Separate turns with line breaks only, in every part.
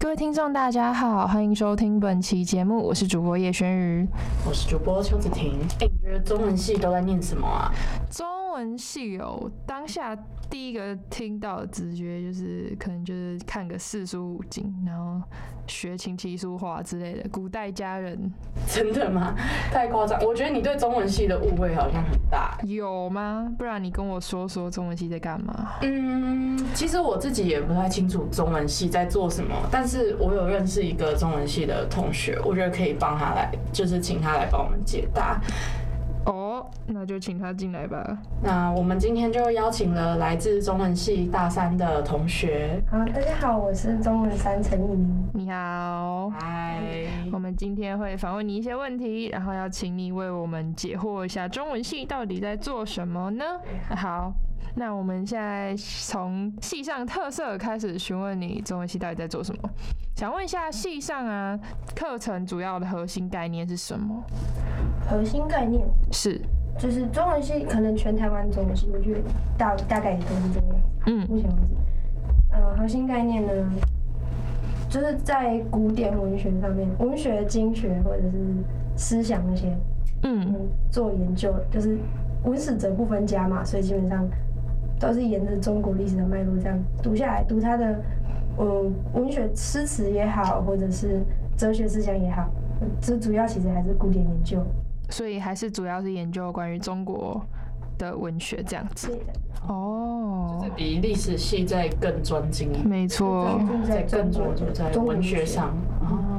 各位听众，大家好，欢迎收听本期节目，我是主播叶轩瑜。
我是主播邱子婷。哎、你觉得中文系都在念什么啊？
中文系哦，当下第一个听到的直觉就是，可能就是看个四书五经，然后学琴棋书画之类的，古代佳人
真的吗？太夸张！我觉得你对中文系的误会好像很大。
有吗？不然你跟我说说中文系在干嘛？
嗯，其实我自己也不太清楚中文系在做什么，但是我有认识一个中文系的同学，我觉得可以帮他来，就是请他来帮我们解答。
哦，那就请他进来吧。
那我们今天就邀请了来自中文系大三的同学。
好，大家好，我是中文三陈一鸣。
你好。
嗨，
我们今天会访问你一些问题，然后要请你为我们解惑一下中文系到底在做什么呢？好，那我们现在从系上特色开始询问你中文系到底在做什么。想问一下系上啊，课程主要的核心概念是什么？
核心概念
是，
就是中文系，可能全台湾中文系，我觉得大大概也都是这样。
嗯
目前为止，呃，核心概念呢，就是在古典文学上面，文学、经学或者是思想那些，
嗯
嗯，做研究就是文史哲不分家嘛，所以基本上都是沿着中国历史的脉络这样读下来，读它的嗯文学诗词也好，或者是哲学思想也好，这主要其实还是古典研究
所以还是主要是研究关于中国的文学这样
之
子。
类的。
哦，
比历史系在更专精，
没错。
专注
在
在
嗯更着重在
中
文学上。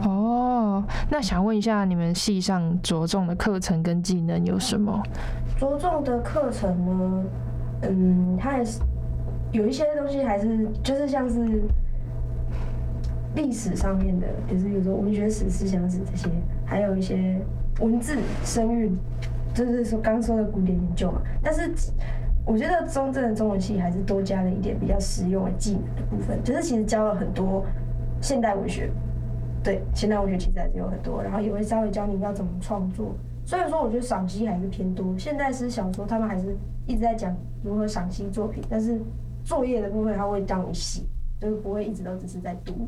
哦
哦，那想问一下，你们系上着重的课程跟技能有什么？
着重的课程呢，嗯，它也是有一些东西还是就是像是历史上面的，就是比如说文学史、思想史这些，还有一些文字、声韵，就是说刚说的古典研究嘛。但是我觉得中正的中文系还是多加了一点比较实用的技能的部分，就是其实教了很多现代文学，对，现代文学其实还是有很多，然后也会稍微教你要怎么创作。虽然说我觉得赏析还是偏多，现代诗小说他们还是一直在讲如何赏析作品，但是作业的部分他会教你写，就是不会一直都只是在读，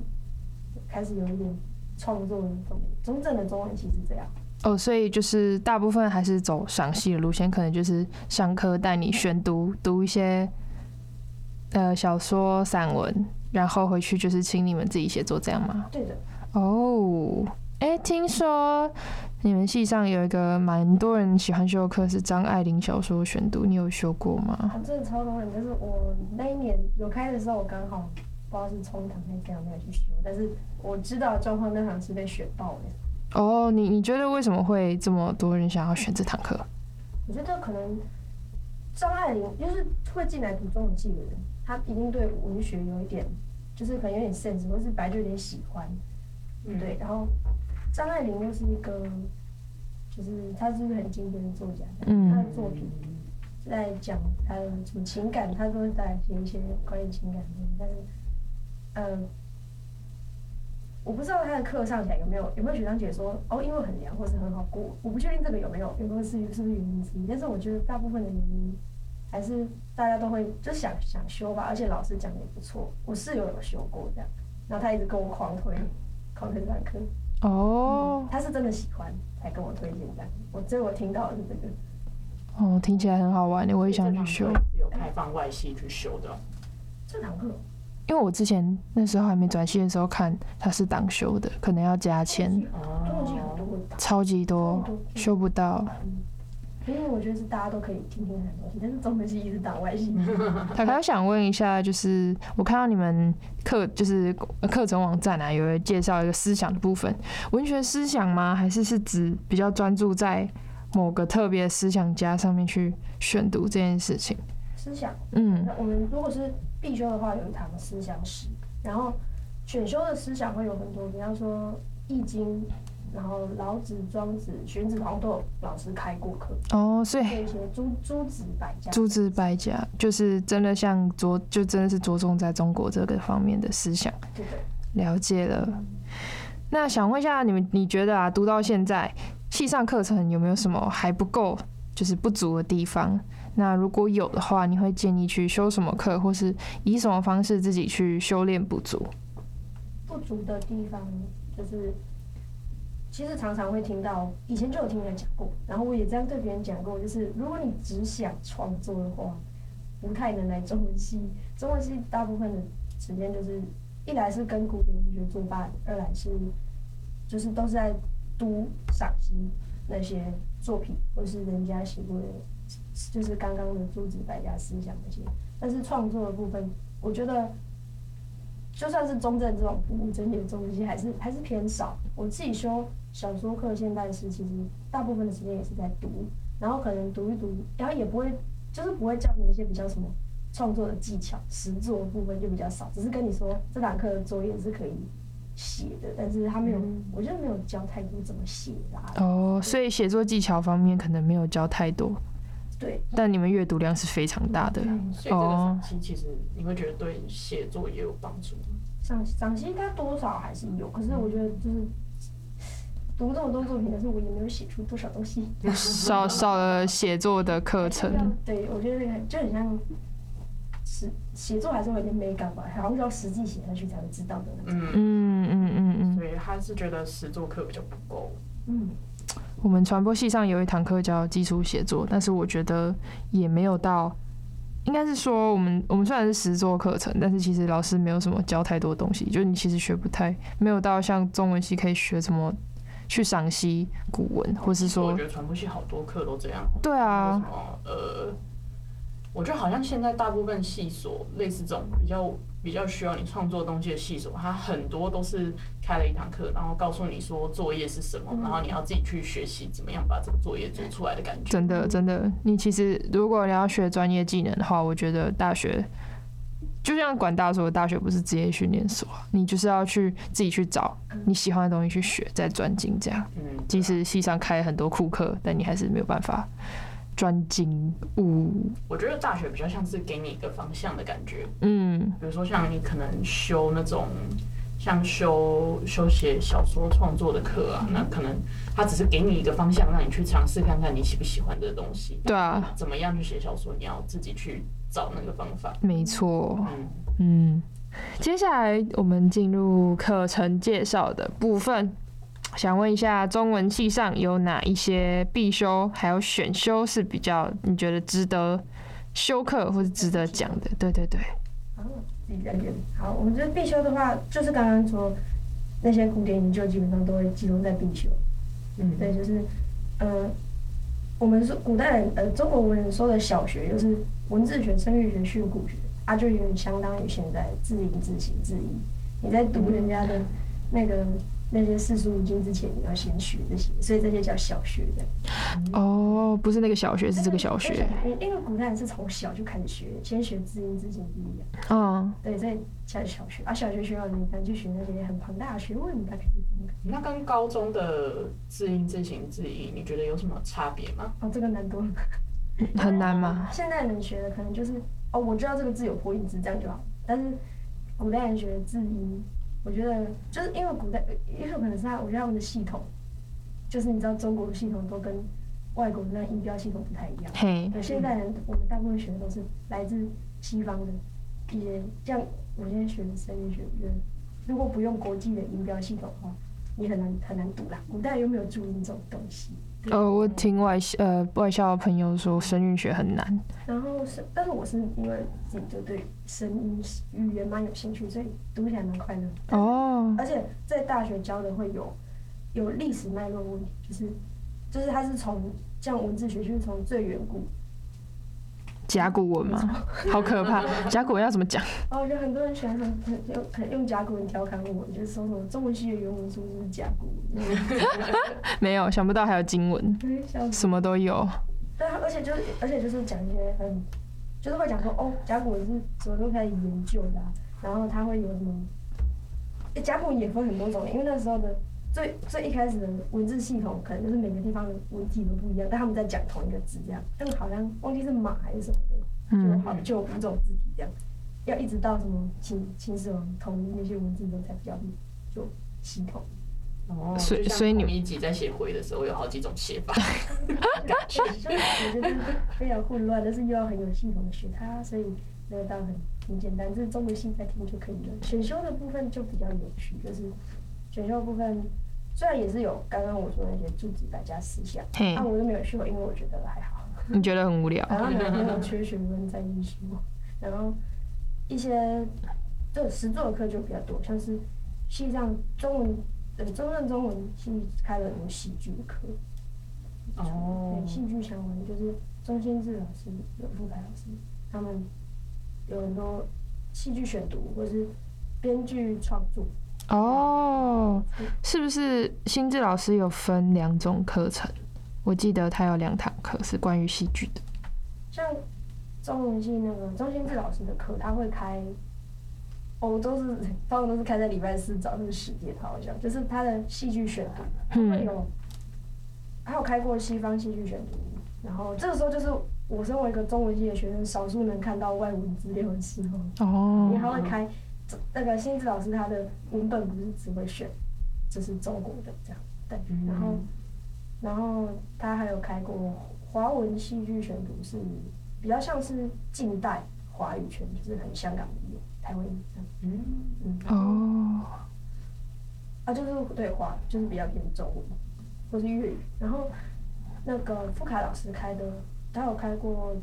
开始有一点创作的动力。中正的中文其实这样，
哦，所以就是大部分还是走赏析的路线，可能就是上课带你选读读一些呃小说、散文，然后回去就是请你们自己写作这样吗？
对的，
哦，哎，听说你们系上有一个蛮多人喜欢修的课是张爱玲小说选读，你有修过吗？
啊，真的超多人。就是我那一年有开的时候，我刚好不知道是冲堂还是怎样没有去修，但是我知道的状况那堂是被选爆的。
哦，你你觉得为什么会这么多人想要选这堂课？
我觉得可能张爱玲就是会进来读中文系的人，他一定对文学有一点，就是可能有点 sense，或是本来就有点喜欢，
嗯
对。然后张爱玲又是一个，就是她是一个很经典的作家，她的
嗯
作品在讲她的什么情感，她都会在写一些关于情感的东西，但是，呃。我不知道他的课上起来有没有有没有学长姐说哦，因为很凉或是很好过，我不确定这个有没有有没有是是不是原因之一，但是我觉得大部分的原因还是大家都会就想想修吧，而且老师讲的也不错，我室友有修过这样，然后他一直跟我狂推，狂推这堂课，
哦
他是真的喜欢才跟我推荐这样，我最我听到的是这个，
哦，听起来很好玩，我也想去修
修，。有开放外系去修的。
这堂课
因为我之前那时候还没转系的时候看它是党修的，可能要加签，
中文系很
哦
多人打，
超级多
嗯超多，
修不到。
因为我觉得是大家都可以听听很多东西，但是中文系一直打外系，
嗯还有想问一下，就是我看到你们课就是课程网站啊，有人介绍一个思想的部分，文学思想吗？还是是指比较专注在某个特别思想家上面去选读这件事情？
思想。
嗯
那我们如果是必修的话，有一堂思想史，然后选修的思想会有很多，比方说《易经》，然后老子、庄子、荀子，好像都有老师开过课，
哦，所以
还有一些诸诸子百家。
诸子百家就是真的像着就真的是着重在中国这个方面的思想。
对对，
了解了。那想问一下你们，你觉得啊，读到现在，系上课程有没有什么还不够，就是不足的地方？那如果有的话，你会建议去修什么课，或是以什么方式自己去修炼不足？
不足的地方，就是其实常常会听到，以前就有听人讲过，然后我也这样对别人讲过，就是如果你只想创作的话，不太能来中文系。中文系大部分的时间就是一来是跟古典文学作伴，二来是就是都是在读赏析那些作品，或是人家写过的，就是刚刚的诸子百家思想那些。但是创作的部分，我觉得就算是中正这种不务正业的中文系，还是还是偏少。我自己修小说课、现代诗，其实大部分的时间也是在读，然后可能读一读，然后也不会就是不会教你一些比较什么创作的技巧，实作的部分就比较少，只是跟你说这堂课的作业是可以写的，但是他没有，我觉得没有教太多怎么写啦。
哦，所以写作技巧方面可能没有教太多，
对，
但你们阅读量是非常大的。
嗯
所以这个
哦
赏析其实你会觉得对写作也有帮助吗。
赏赏析应该多少还是有，可是我觉得就是读这么多作品，但是我也没有写出多少东西。
少少了写作的课程，
对，我觉得这个就很像写写作还是会有点美感吧，好像要实际写下去才会知道的那种。
嗯，
嗯嗯嗯嗯，
所以他是觉得实作课比较不够。
嗯，
我们传播系上有一堂课叫基础写作，但是我觉得也没有到，应该是说我们我们虽然是实作课程，但是其实老师没有什么教太多东西，就是你其实学不太，没有到像中文系可以学什么去赏析古文，或是
我
说
觉得传播系好多课都这样哦。
对啊
什么呃，我觉得好像现在大部分系所类似这种比较比较需要你创作东西的系所，它很多都是开了一堂课，然后告诉你说作业是什么，然后你要自己去学习怎么样把这个作业做出来的感觉。
真的，真的，你其实如果你要学专业技能的话，我觉得大学就像管大说的，大学不是职业训练所啊，你就是要去自己去找你喜欢的东西去学，再专精这样。
嗯，对啊
即使系上开很多库课，但你还是没有办法专精五。
我觉得大学比较像是给你一个方向的感觉，
嗯
比如说像你可能修那种像修修写小说创作的课啊，那可能他只是给你一个方向，让你去尝试看看你喜不喜欢这个东西。
对啊，
怎么样去写小说，你要自己去找那个方法。
没错。
嗯，
嗯，接下来我们进入课程介绍的部分。想问一下，中文系上有哪一些必修还有选修是比较你觉得值得修课或是值得讲的？对对对，
然后自己在练。好，我们觉得必修的话，就是刚刚说那些古典研究基本上都会集中在必修。
嗯
对，就是，呃，我们说古代人，呃，中国文人说的小学就是文字学、声韵学、训诂学，它、就有点相当于现在字音、字形、字义。你在
嗯
读人家的那个那些四书五经之前，你要先学这些，所以这些叫小学的。
哦，不是那个小学，是这个小
因
学
为，因为因为古代人是从小就开始学，先学字音、字形、字义啊。
嗯，
对，所以叫小学。啊，小学学完，你才去学那些很庞大的学问，大概是这么个。
那跟高中的字音、字形、字义，你觉得有什么差别吗？
哦，这个难多了。
很难吗？
啊现代人学的可能就是哦，我知道这个字有破音字，这样就好。但是古代人学的字音，我觉得就是因为古代，也有可能是啊他，我觉得他们的系统，就是你知道中国的系统都跟外国的那音标系统不太一样。
嘿，
对，现代人我们大部分学的都是来自西方的一些，像我现在学的声乐学，我觉得如果不用国际的音标系统的话，你很难很难读啦。古代又没有注音这种东西。
呃，我听外校呃外校朋友说声韵学很难，
然后是，但是我是因为自己就对声音语言蛮有兴趣，所以读起来蛮快乐。
哦，
而且在大学教的会有有历史脉络问题，就是就是它是从像文字学就是从最远古，
甲骨文吗？好可 怕，甲骨文要怎么讲？
然后我觉得很多人喜欢很很用很用甲骨文调侃我，就是说什么中文系的原文书就是甲骨文，
没有，想不到还有经文，
我就笑死。
什么都有。
对啊，而且就是而且就是讲一些很，就是会讲说哦，甲骨文是什么时候开始研究的、啊，然后它会有什么，诶甲骨文也分很多种，因为那时候的最最一开始的文字系统，可能就是每个地方的文体都不一样，但他们在讲同一个字这样，但好像忘记是马还是什么的，
嗯
就有好就有五种字体这样，要一直到什么秦秦始皇统一那些文字之后才比较就系统。
哦，
所以所以你
一集在写回的时候有好几种写法。
就是我觉得非常混乱，但是又要很有系统的学它，所以没有到很挺简单，这是中文系在听就可以了。选修的部分就比较有趣，就是选修的部分虽然也是有刚刚我说的那些诸子百家思想，
嘿
但、，我都没有修，因为我觉得还好。
你觉得很无聊？
然后每天我缺学分在艺术，然后一些对实作的课就比较多，像是系上中文呃中正中文系开了很多戏剧的课，
哦
哦
对，
嗯
戏剧相关，就是中心志老师、有富凯老师他们有很多戏剧选读或是编剧创作，
哦，是不是心智老师有分两种课程？我记得他有两堂课是关于戏剧的。
像中文系那个中心志老师的课，他会开，哦我都是通常都是开在礼拜四早上十点，好像就是他的戏剧选读，他会
嗯，
有，还有开过西方戏剧选读，然后这个时候就是我身为一个中文系的学生，少数能看到外文资料的时候，因为
哦，
他会开那个心智老师他的文本不是只会选，就是中国的这样，对，
嗯
然后然后他还有开过华文戏剧选读，是比较像是近代华语圈，就是很香港的台湾这样，
嗯，
嗯，
哦，
啊，就是对华，就是比较偏中文或是粤语。然后那个傅凯老师开的，他有开过，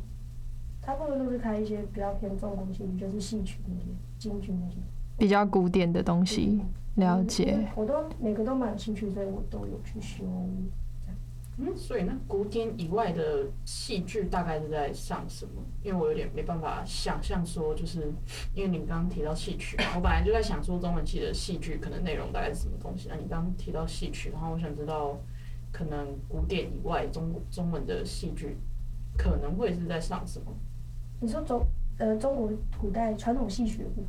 他部分都是开一些比较偏中国戏剧，就是戏曲那些、京剧那些。
比较古典的东西，了
嗯因为
解。
我都每个都蛮有兴趣，所以我都有去修。
嗯，所以那古典以外的戏剧大概是在上什么？因为我有点没办法想象说，就是因为你刚刚提到戏曲嘛，我本来就在想说中文系的戏剧可能内容大概是什么东西。那你刚刚提到戏曲，然后我想知道，可能古典以外中中文的戏剧可能会是在上什么？
你说中呃中国古代传统戏曲的部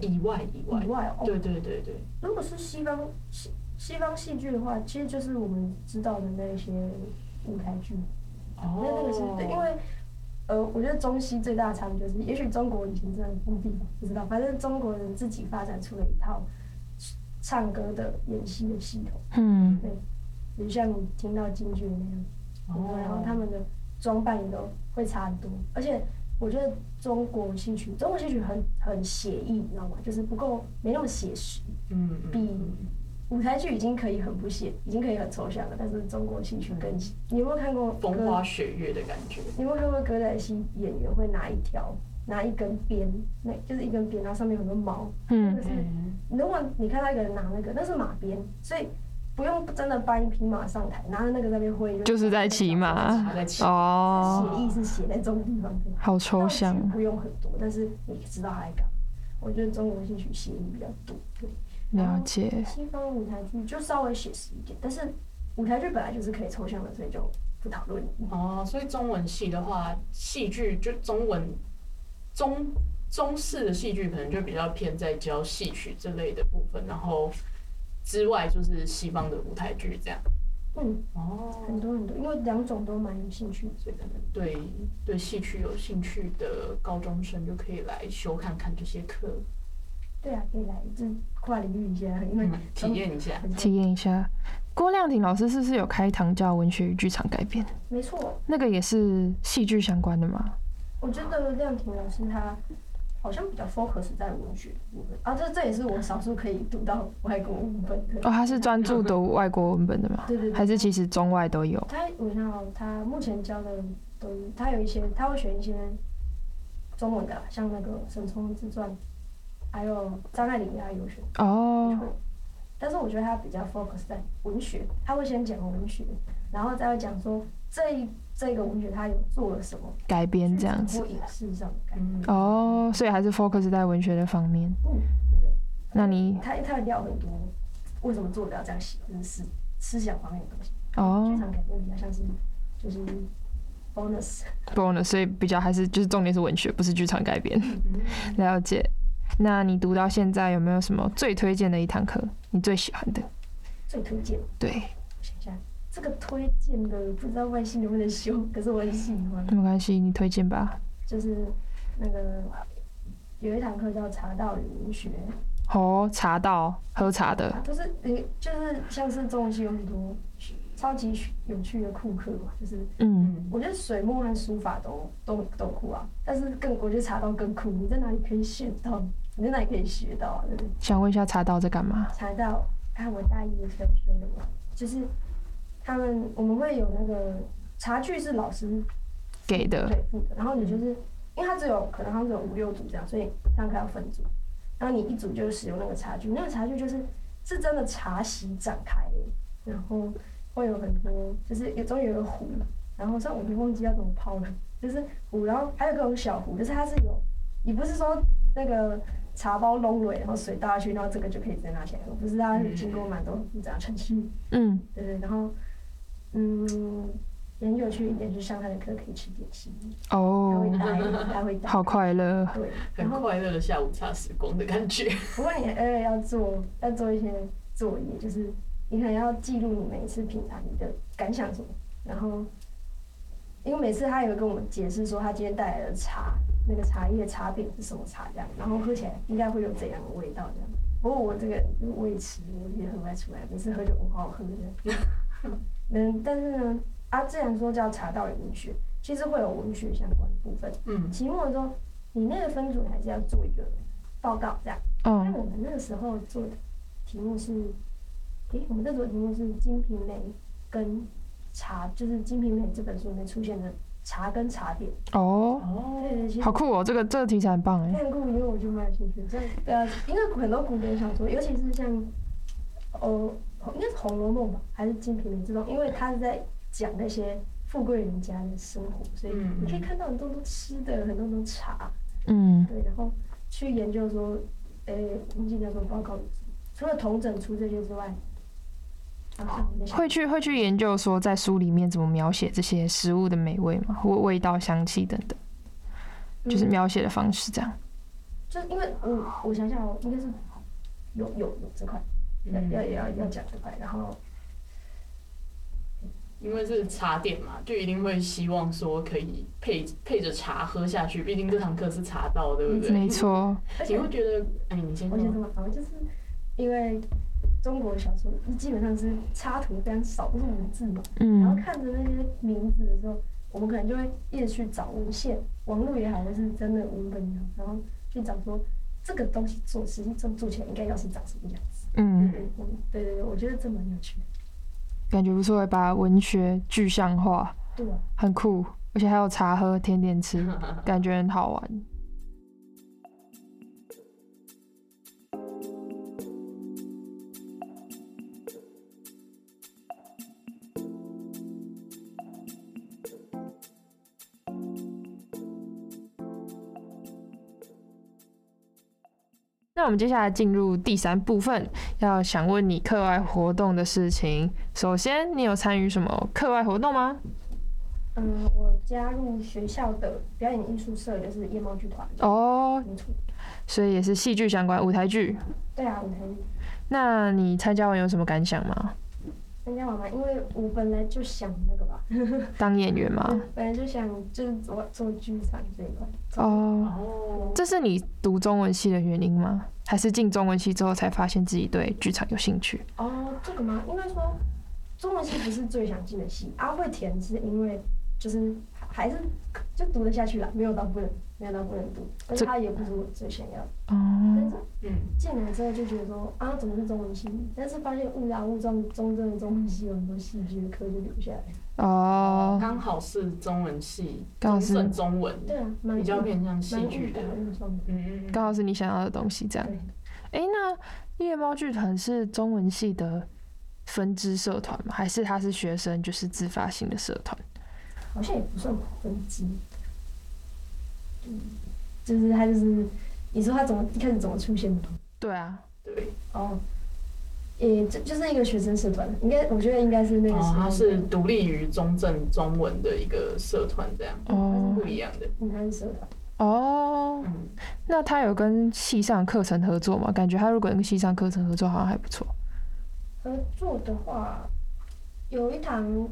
以外以外
分以，外哦，
对对对对，
如果是西方西西方戏剧的话，其实就是我们知道的那一些舞台剧。
哦
那那个是对，因为呃，我觉得中西最大的差别就是，也许中国以前真的很封闭吧，不知道，反正中国人自己发展出了一套唱歌的演戏的系统，
嗯，
比如像你听到京剧的那样，
哦
然后他们的装扮也都会差很多，而且。我觉得中国戏曲，中国戏曲很很写意，你知道吗？就是不够没那么写实。
嗯嗯
比舞台剧已经可以很不写，已经可以很抽象了，但是中国戏曲更……你有没有看过
风
歌
花雪月的感觉，
你有没有看过歌仔戏演员会拿一条拿一根鞭，那就是一根鞭，然后上面有很多毛。
嗯
但是如果你看到一个人拿那个，那是马鞭，所以不用真的搬一匹马上台，拿着那个在那边挥，
就是在骑马
还
嗯
在骑
哦，
写意是写在这种地方的，
好抽象
道具不用很多，但是你知道他在干嘛。我觉得中国戏曲写意比较多，对
了解。
西方舞台剧就稍微写实一点，但是舞台剧本来就是可以抽象的，所以就不讨论。嗯
哦，所以中文系的话，戏剧就中文中中式的戏剧可能就比较偏在教戏曲这类的部分，然后之外就是西方的舞台剧这样。
嗯，很
哦，
多很多，因为两种都蛮有兴趣的。
所以可能对对戏曲有兴趣的高中生就可以来修看看这些课，
对啊，可以来这跨领域一下，因为
嗯体验一下。
很
体验一下。郭亮婷老师是不是有开一堂叫《文学与剧场改编》？
没错。
那个也是戏剧相关的吗？
我觉得亮婷老师他好像比较 focus 在文学部分啊，这这也是我少数可以读到外国文本的。
哦，他是专注读外国文本的吗？
对对对，
还是其实中外都有？
他我想好他目前教的都，他有一些他会选一些中文的啊，像那个沈从自传，还有张爱玲啊有选。
哦，
但是我觉得他比较 focus 在文学，他会先讲文学，然后再会讲说这一这个文学他有做了什么，
改编这样子
剧场。或影视上的感觉。
嗯，
哦，所以还是 focus 在文学的方面。那你
他他有聊很多为什么作者要这样写，或者是思想方面的东西。剧
哦
场改编比较像是就是 bonus。
，bonus，所以比较还是就是重点是文学，不是剧场改编。
嗯
了解。那你读到现在有没有什么最推荐的一堂课？你最喜欢的？
最推荐，
对，
我想一下，这个推荐的不知道外星能不能修，可是我很喜欢，
没关系，你推荐吧。
就是那个有一堂课叫茶道与文学。
哦，茶道，喝茶的。
就是你就是像是中文系有很多超级有趣的库课嘛，就是
嗯，
嗯，
我觉得水墨和书法都都都酷啊，但是更我觉得茶道更酷，你在哪里可以学到？你在哪里可以学到啊？对不对？
想问一下茶道在干嘛？
茶道，看我大一的时候学的嘛，就是他们我们会有那个茶具是老师
给的，
对付的，然后你就是因为它只有可能它只有五六组这样，所以上课要分组，然后你一组就是使用那个茶具，那个茶具就是是真的茶席展开，然后会有很多就是有中间有一个壶，然后像我就忘记要怎么泡了，就是壶，然后还有各种小壶，就是它是有，你不是说那个。茶包弄蕊，然后水倒下去，然后这个就可以直接拿起来喝。不是它是经过蛮多很复杂的程序，
嗯，
对对。然后，嗯，研究去一点是上他的课可以吃点心，他
哦
会，呆，他会呆。
好快乐，
对，然
很
后
快乐的下午茶时光的感觉。
不过你偶尔要做要做一些作业，就是你可能要记录你每一次品尝你的感想什么，然后因为每次他也会跟我们解释说他今天带来的茶，那个茶叶茶饼是什么茶这样，然后喝起来应该会有怎样的味道这样。不过我这个人就是味吃，我也很不爱出来，每次喝酒我好好喝这样。嗯，但是呢，啊，既然说叫茶道与文学，其实会有文学相关的部分。
嗯，
期末的时候，你那个分组还是要做一个报告这样。那
嗯
我们那个时候做的题目是，诶、我们这组的题目是《金瓶梅》跟茶，就是《金瓶梅》这本书里面出现的茶跟茶点。
哦，
哦，
对对，其实
好酷哦，这个这个题材很棒哎，
看过，因为我就蛮有兴趣。这样对啊，因为很多古典小说，尤其是像哦，应该是《红楼梦》吧，还是《金瓶梅》这种，因为它是在讲那些富贵人家的生活，所以
嗯
你可以看到很多都吃的，很多都茶。
嗯
对，然后去研究说，诶，你记得说报告除了同整出这些之外，好像我在想
会去会去研究说在书里面怎么描写这些食物的美味嘛，或味道、香气等等，就是
嗯
描写的方式这样。
就因为我我想想哦，应该是有有有这块，要
嗯
要要要讲这块，然后
因为是茶点嘛，就一定会希望说可以配配着茶喝下去，毕竟这堂课是茶道，对不对？
嗯没错，
而
你
且
会觉得，哎，你先
我觉得
说。
蛮好，哦就是因为中国小说基本上是插图非常少，都是文字嘛，然后
嗯，
看着那些名字的时候，我们可能就会一直去找文献，网络也好，或是真的文本也好，然后去找说这个东西做实际做做起来应该要是长什么样子。
嗯，
嗯，
嗯，对对对，我觉得这蛮有趣的。
感觉不错，把文学具象化，
对啊，
很酷，而且还有茶喝、甜点吃，感觉很好玩。那我们接下来进入第三部分，要想问你课外活动的事情。首先，你有参与什么课外活动吗？
嗯，我加入学校的表演艺术社，也就是夜猫剧团。
哦，
没错。
所以也是戏剧相关，舞台剧。
对啊，舞台剧
那你参加完有什么感想吗？
参加完嘛，因为我本来就想那个吧，
当演员吗？
本来就想就是做做剧场这一块。
哦，
哦，
这是你读中文系的原因吗？还是进中文系之后才发现自己对剧场有兴趣？
哦，这个吗？应该说，中文系不是最想进的系，啊，会填是因为就是还还是就读得下去了，没有到不能，没有到不能读，但是
这
它也不是我最想要的。但
哦
是，
嗯，
进来之后就觉得说啊，怎么是中文系？但是发现误打误撞，中正的中文系有很多戏剧的课就留下来了。
哦，
刚好是中文系，
刚好
中
是
正中文，
对啊，蛮
比较偏向
蛮
戏剧
误
的
打。误撞的。
嗯嗯
刚
嗯，
好是你想要的东西，这样。
对，
诶，那夜猫剧团是中文系的分支社团吗？还是它是学生就是自发性的社团？
好像也不算分支。嗯，就是他就是，你说他怎么一开始怎么出现的？
对啊，
对。
哦，也就就是一个学生社团，应该我觉得应该是那个时
哦，
候，
它是独立于中正中文的一个社团，这样
哦
不一样的。
女生社团，
哦，
嗯，
那他有跟系上课程合作吗？感觉他如果跟系上课程合作，好像还不错。
合作的话，有一堂，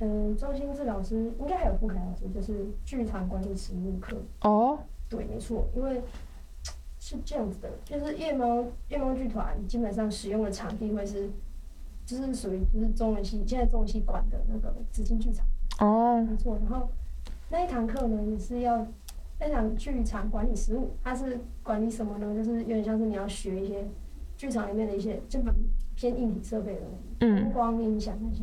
嗯、周星志老师应该还有副凯老师，就是剧场管理实务课，
哦，
对，没错，因为是这样子的，就是夜猫夜猫剧团基本上使用的场地会是就是属于就是中文系现在中文系管的那个紫金剧场
哦，
没错，然后那一堂课呢也是要呃那堂剧场管理实务，它是管理什么呢？就是有点像是你要学一些剧场里面的一些就蛮偏硬体设备的东西，灯
嗯，
光、音响那些。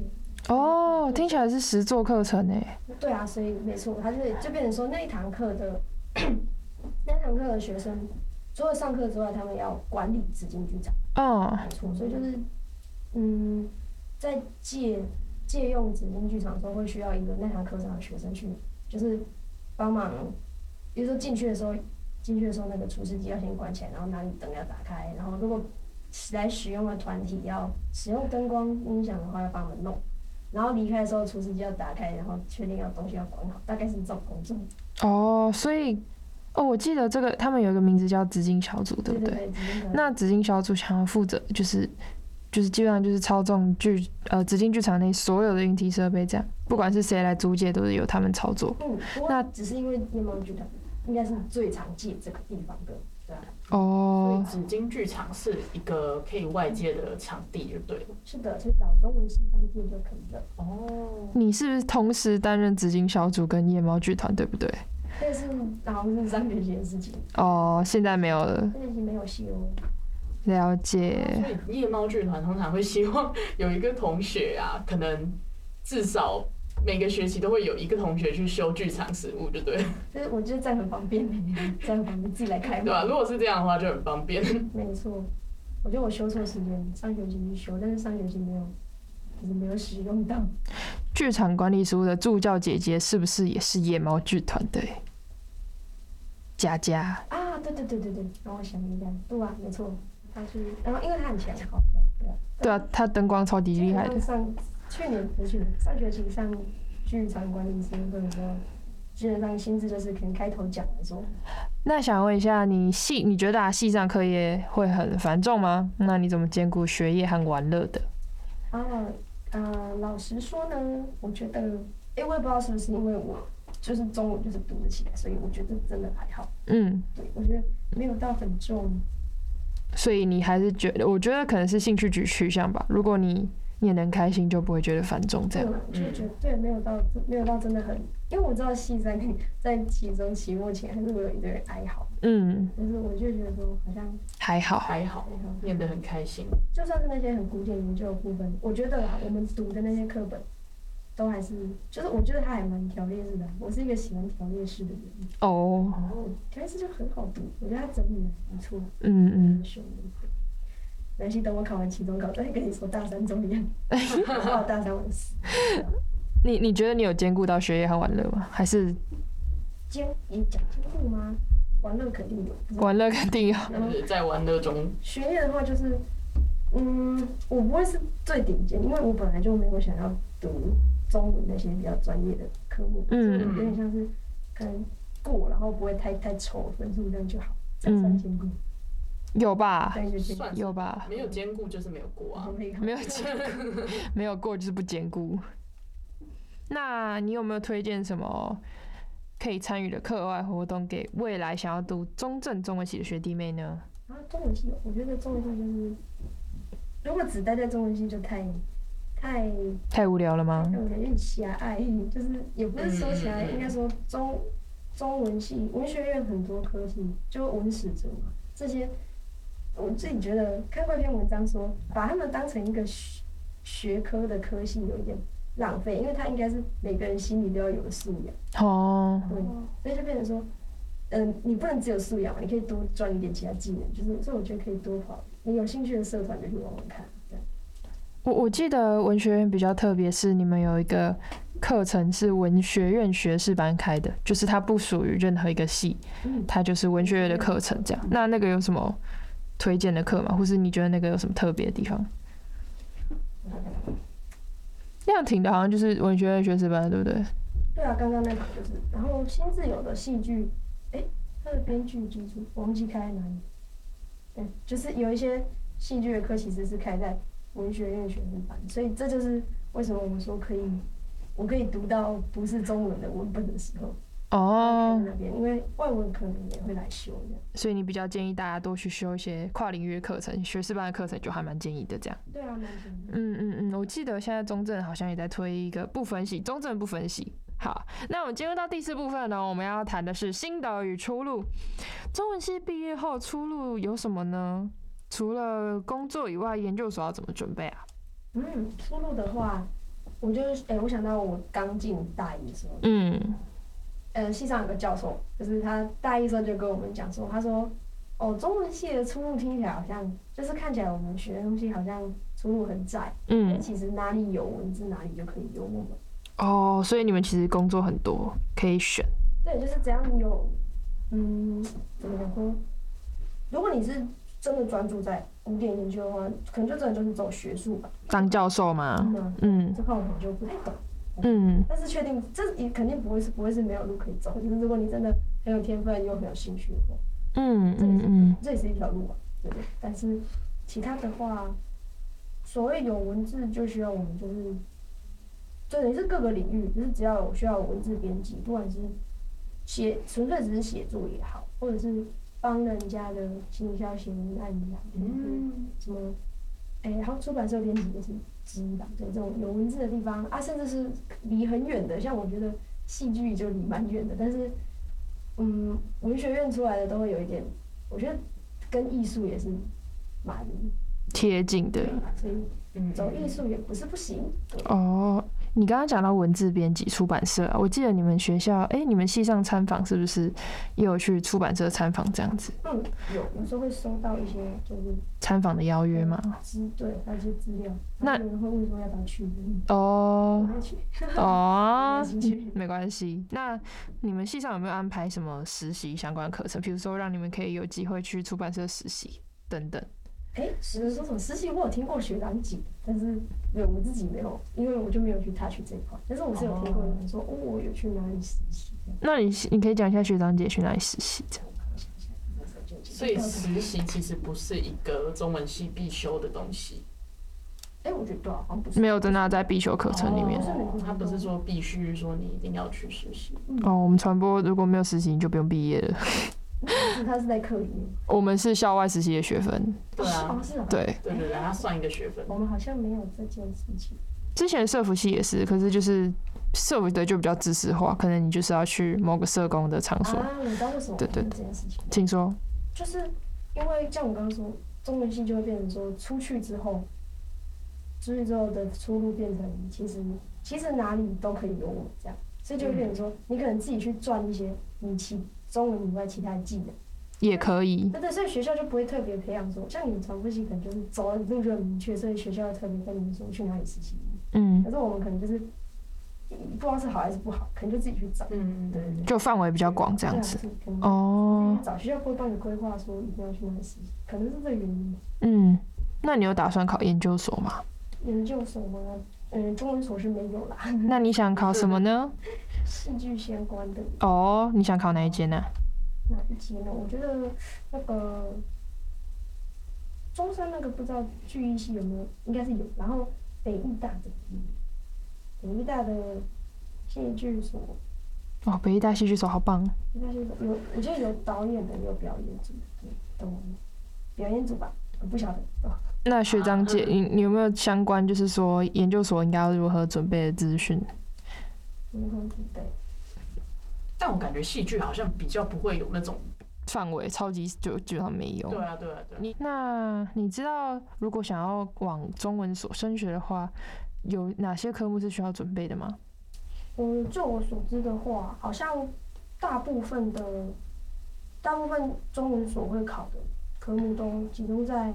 哦，听起来是实作课程欸诶。
对啊，所以没错，他就是就变成说那一堂课的那一堂课的学生，除了上课之外，他们要管理紫金剧场，
嗯
没错，所以就是嗯，在借借用紫金剧场的时候，会需要一个那堂课上的学生去，就是帮忙，比如说进去的时候，进去的时候那个厨师机要先关起来，然后哪里灯要打开，然后如果来使用的团体要使用灯光音响的话，要帮我们弄。然后离开的时候，厨师机要打开，然后确定要东西要管好，大概是这种工作。
哦，所以哦，我记得这个他们有一个名字叫紫金小组，对不
对
对？
对，只能
那紫金小组想要负责就是就是基本上就是操纵剧呃紫金剧场内所有的硬体设备，这样不管是谁来租借都是由他们操作。
嗯，不过
那
只是因为联盟剧团应该是最常借这个地方的，对啊，
所以
哦，
紫金剧场是一个可以外借的场地，就对了。
是的，就找中文系翻借就可以了。
哦，
你是不是同时担任紫金小组跟夜猫剧团，对不对？
但是好像是三学期的事情，
哦，现在没有了，
三学期没有戏哦。
了
所
解。
以夜猫剧团通常会希望有一个同学啊，可能至少每个学期都会有一个同学去修剧场实务，就 对了，
就是我觉得这样很方 便，这样很方便自己来开
对吧、
嘛。
如果是这样的话，就很方便。
嗯
没错，我觉得我修错时间，上学期去修，但是上学期没有，就是没有使用到。
剧场管理实务的助教姐姐是不是也是夜猫剧团的欸？佳佳，
啊，对对对对对，让我想一下，对啊，没错，他是，然后因为他很强，好笑，对啊，
对啊，她灯光超级厉害的。
上去年不是去年上学期上剧场管理师课的时候，基本上薪资就是可能开头讲来说，
那想问一下，你系你觉得啊，系上课业会很繁重吗？那你怎么兼顾学业和玩乐的？
啊呃，老实说呢，我觉得，哎，我也不知道是不是因为我就是中午就是读得起来，所以我觉得真的还好，
嗯，
对我觉得没有到很重，
所以你还是觉得，我觉得可能是兴趣取取向吧。如果你念得很开心，就不会觉得繁重这
对，
样。嗯
我就觉得对没有到没有到真的很，因为我知道戏在那在期中期末前还是会有一堆哀嚎。
嗯，
但是我就觉得说，好像
还好。
还好，念得很开心。
就算是那些很古典研究的部分，我觉得啦，我们读的那些课本，都还是，就是我觉得它还蛮条列式的。我是一个喜欢条列式的人，
哦，
条列式就很好读，我觉得它整理的不错，
嗯嗯
很，凶。没关系，等我考完期中考，再跟你说大三怎么样。我到大三我就死，
你你觉得你有兼顾到学业和玩乐吗？还是
兼你讲兼顾吗？玩乐肯定有，可是
玩乐肯定有？
就是在玩乐中，
学业的话就是，嗯，我不会是最顶尖，因为我本来就没有想要读中文那些比较专业的科目，
嗯
所以有点像是可能过，然后不会太太丑分数这样就好，这
嗯
样
哎
算兼顾，
有吧？
这样就兼顾
算是
有吧？
没有兼顾就是没有过啊
我。可以考
没有兼顾， 没有过就是不兼顾。那你有没有推荐什么可以参与的课外活动给未来想要读中正中文系的学弟妹呢？
然后啊中文系，我觉得中文系就是，如果只待在中文系就太太
太无聊了吗？
让人有点狭隘， 就是也不是说狭
嗯
隘，
嗯嗯
应该说中中文系文学院很多科系，就文史哲嘛，这些我自己觉得看过一篇文章说，把他们当成一个学学科的科系有一点浪费，因为它应该是每个人心里都要有的素养，
哦，
对，所以就变成说。嗯，你不能只有素养嘛，你可以多赚一点其他技能，就是，所以我觉得可以多跑，你有兴趣的社团就去玩玩看，这样。
我我记得文学院比较特别，是你们有一个课程是文学院学士班开的，就是它不属于任何一个系，
嗯，
它就是文学院的课程这样。那那个有什么推荐的课吗？或是你觉得那个有什么特别的地方？亮挺的好像就是文学院学士班，对不对？
对啊，刚刚那场就是，然后新自由的戏剧，诶，它的编剧基础忘记开在哪里。对，就是有一些戏剧的课其实是开在文学院学士班，所以这就是为什么我说可以，我可以读到不是中文的文本的时候，
哦，
那边，因为外文可能也会来修这样。
所以你比较建议大家多去修一些跨领域的课程，学士班的课程就还蛮建议的这样。
对啊，蛮简单。
嗯嗯嗯，我记得现在中正好像也在推一个不分析，中正不分析。好，那我们进入到第四部分呢，我们要谈的是心得与出路。中文系毕业后出路有什么呢？除了工作以外，研究所要怎么准备啊？
嗯，出路的话，我就是哎、我想到我刚进大一的时候，
嗯
呃，系上有个教授，就是他大一的时候就跟我们讲说，他说，哦，中文系的出路听起来好像，就是看起来我们学的东西好像出路很窄，但
嗯，
其实哪里有文字哪里就可以有我们。
哦，所以你们其实工作很多，可以选。
对，就是只要你有，嗯，怎么讲说，如果你是真的专注在古典研究的话，可能就真的就是走学术吧，
当教授吗？
那
嗯
这块我可能就不太懂。
嗯
但是确定这也肯定不会是不会是没有路可以走，就是如果你真的很有天分又很有兴趣的话，
嗯嗯嗯，
这也是一条路啊，对不对？但是其他的话，所谓有文字就需要我们就是，就等于是各个领域，就是只要有需要有文字编辑，不管是写纯粹只是写作也好，或者是帮人家的行销写文案一样，嗯，
嗯，
什么。哎，然后出版社编辑也是之一吧，对这种有文字的地方啊，甚至是离很远的，像我觉得戏剧就离蛮远的，但是，嗯，文学院出来的都会有一点，我觉得跟艺术也是蛮
贴近的。
所以
嗯
走艺术也不是不行。对
哦，你刚刚讲到文字编辑出版社啊，我记得你们学校，哎，你们系上参访是不是也有去出版社参访这样子？
嗯，有有时候会收到一些就是
参访的邀约吗？
资对，还有一些资料，
那
然后有人会问说要不要去，嗯
哦
我会去。
哦
没兴趣，
没关系。那你们系上有没有安排什么实习相关课程？比如说让你们可以有机会去出版社实习等等。
哎，实习说什么实习，我有听过学长姐，但是对我自己没有，因为我就没有去 touch 这一块。但是我是有听过有人说，哦，我有去哪里实习这样。
那你你可以讲一下学长姐去哪里实习这样？
所以实习其实不是一个中文系必修的东西，
哎，我觉得对啊，好像不是。
没有真的在必修课程里面。
哦他不是说必须说你一定要去实习，
哦，我们传播如果没有实习，你就不用毕业了。
是他是在课里面。
我们是校外实习的学分，
对
哦，
啊，
是啊。。
对。
对对对，他算一个学分，
哦
我们好像没有这件事情。
之前社服系也是，可是就是社服的就比较知识化，可能你就是要去某个社工的场所。
啊，我知道为什么
对
没
对
有这件事情，
请说。
就是因为像我刚刚说，中文系就会变成说，出去之后，出去之后的出路变成其实其实哪里都可以有我这样，所以就会变成说，你可能自己去赚一些你其中文以外其他的技能。
也可以，
对对，所以学校就不会特别培养说，像你传播系可能就是走的路就很明确，所以学校会特别跟你们说去哪里实习。
嗯
可，是我们可能就是不知道是好还是不好，可能就自己去找。
嗯，
对对对。
就范围比较广这
这
样子。，
可能
哦，
找学校不会帮你规划说一定要去哪里实习，可能是这个原因吧。
嗯，那你有打算考研究所吗？
研究所嘛，嗯，中文所是没有啦，
那你想考什么呢？
戏剧相关的
哦，你想考哪一间呢、
哪一节呢？我觉得那个中山那个不知道剧艺系有没有，应该是有。然后北艺大的，北艺大的戏剧所，
哦，北医大戏剧所好棒。
应该是有，我记得有导演的，有表演组的，懂吗？表演组吧，我不晓得。哦
那学长姐，
啊
你你有没有相关就是说研究所应该要如何准备的资讯？
没空准备。
但我感觉戏剧好像比较不会有那种，
范围超级就基本上没有。
对啊对啊对啊，
你那你知道，如果想要往中文所升学的话，有哪些科目是需要准备的吗？
嗯，就我所知的话，好像大部分的大部分中文所会考的科目都集中在，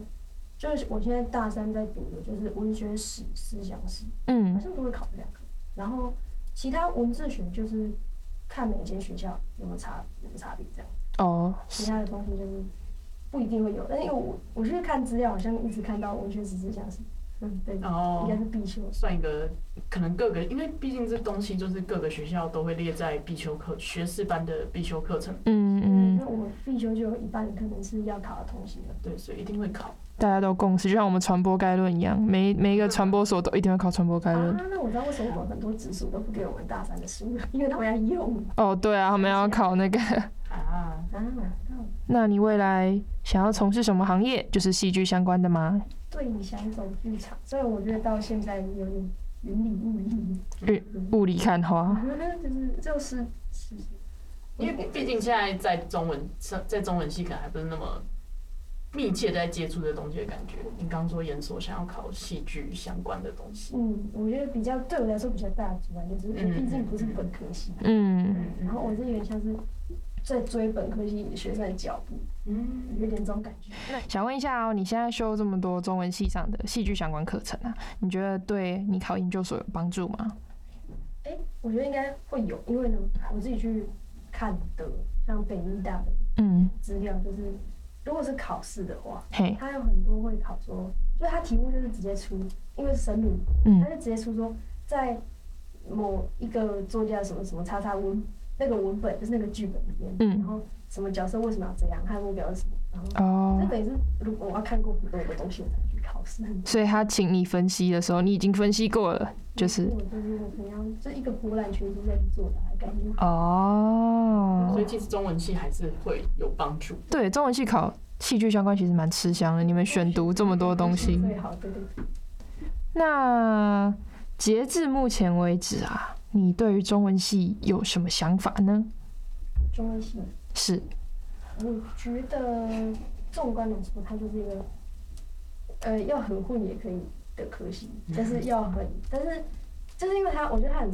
就是我现在大三在读的就是文学史、思想史，好
嗯
像都会考这两个。然后其他文字学就是看每间学校有没有差有没有差别这样，
哦，
其他的东西就是不一定会有。但因为我我去看资料，好像一直看到文学史、思想史，嗯，对，
然
应
后
该是必修。
算一个，可能各个，因为毕竟这东西就是各个学校都会列在必修课学士班的必修课程，
嗯
嗯，
嗯，
那我必修就有一半可能是要考的东西了。
对，所以一定会考。
大家都共识，就像我们传播概论一样，每每一个传播所都一定会考传播概论。
啊，那我知道为什么我们很多直属都不给我们大三的书了，因为他们要用
哦，对啊，他们要考那个。
啊，
啊。那
那你未来想要从事什么行业？就是戏剧相关的吗？
对你想走剧场，虽然我觉得到现在有点云里雾里，
雾里看花。
我觉得就是就是是，
因为毕竟现在在中文在中文系可能还不是那么密切在接触这东西的感觉。你刚说研所想要考戏剧相关的东西，
嗯，我觉得比较对我来说比较大的阻碍，就是我毕竟不是本科系，
嗯，
然后我是有点像是在追本科系学生的脚步，
嗯，
有点这种感觉。
想问一下哦，你现在修这么多中文系上的戏剧相关课程啊，你觉得对你考研究所有帮助吗？
哎、我觉得应该会有，因为呢，我自己去看的，像北医大的
嗯，
资料，就是如果是考试的话，
嘿，
它有很多会考说，就是它题目就是直接出，因为是深入，
嗯
它就直接出说在某一个作家什么什么叉叉文那个文本就是那个剧本里面，
嗯
然后什么角色为什么要这样，它的目标是什么，然后
哦
这，等于是如果我要看过很多的东西，我才去考试。
所以他请你分析的时候，你已经分析过了，就是
我就是我怎样，就一个博览群书再去做答的感觉。
哦
所以，其实中文系还是会有帮助。
对，中文系考戏剧相关其实蛮吃香的，你们选读这么多东西。
最好对对对，
那截至目前为止啊，你对于中文系有什么想法呢？
中文系，
是，
我觉得纵观来说，它就是一个，呃，要很混也可以的科系，但是要很，但是就是因为它，我觉得它很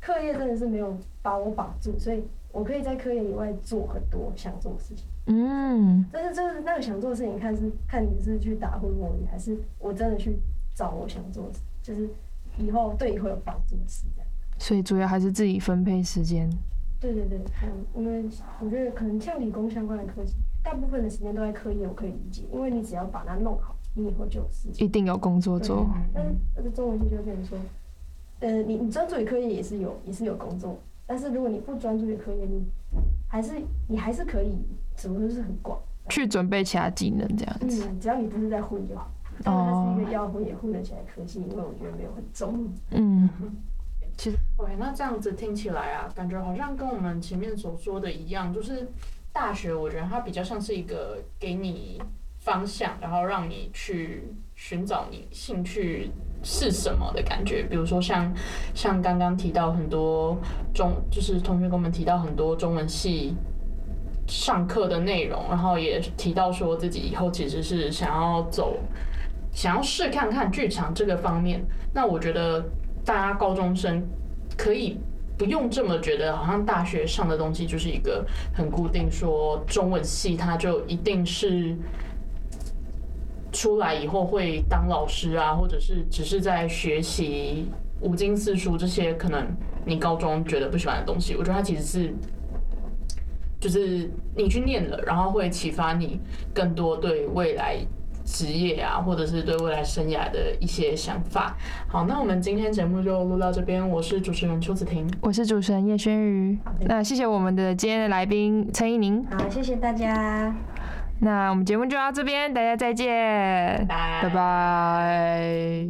课业真的是没有把我绑住，所以我可以在课业以外做很多想做的事情。
嗯，
但是就是那个想做的事情，看是看你是去打混摸鱼，还是我真的去找我想做的事，就是以后对以后有帮助的事这样。
所以主要还是自己分配时间。
对对对，嗯，因为我觉得可能像理工相关的科技，大部分的时间都在课业，我可以理解，因为你只要把它弄好，你以后就有事情。
一定有工作做。
但是但是中文系就会变成说，呃，你你专注于课业也是有也是有工作，但是如果你不专注于课业，你还是你还是可以，怎么说就是很广，
去准备其他技能这样子。
嗯，只哦要你不是在混就好。但是它是一个要混也混得起来的科技，因为我觉得没有很重。
嗯，
喂，那这样子听起来啊，感觉好像跟我们前面所说的一样，就是大学，我觉得它比较像是一个给你方向，然后让你去寻找你兴趣是什么的感觉。比如说像像刚刚提到很多中，就是同学跟我们提到很多中文系。上课的内容，然后也提到说自己以后其实是想要走，想要试看看剧场这个方面。那我觉得大家高中生可以不用这么觉得，好像大学上的东西就是一个很固定，说中文系它就一定是出来以后会当老师啊，或者是只是在学习五经四书这些可能你高中觉得不喜欢的东西。我觉得它其实是。就是你去念了，然后会启发你更多对未来职业啊，或者是对未来生涯的一些想法。好，那我们今天节目就录到这边，我是主持人邱子婷，
我是主持人叶轩瑜。那谢谢我们的今天的来宾陈依宁。
好，谢谢大家。
那我们节目就到这边，大家再见，
拜
拜拜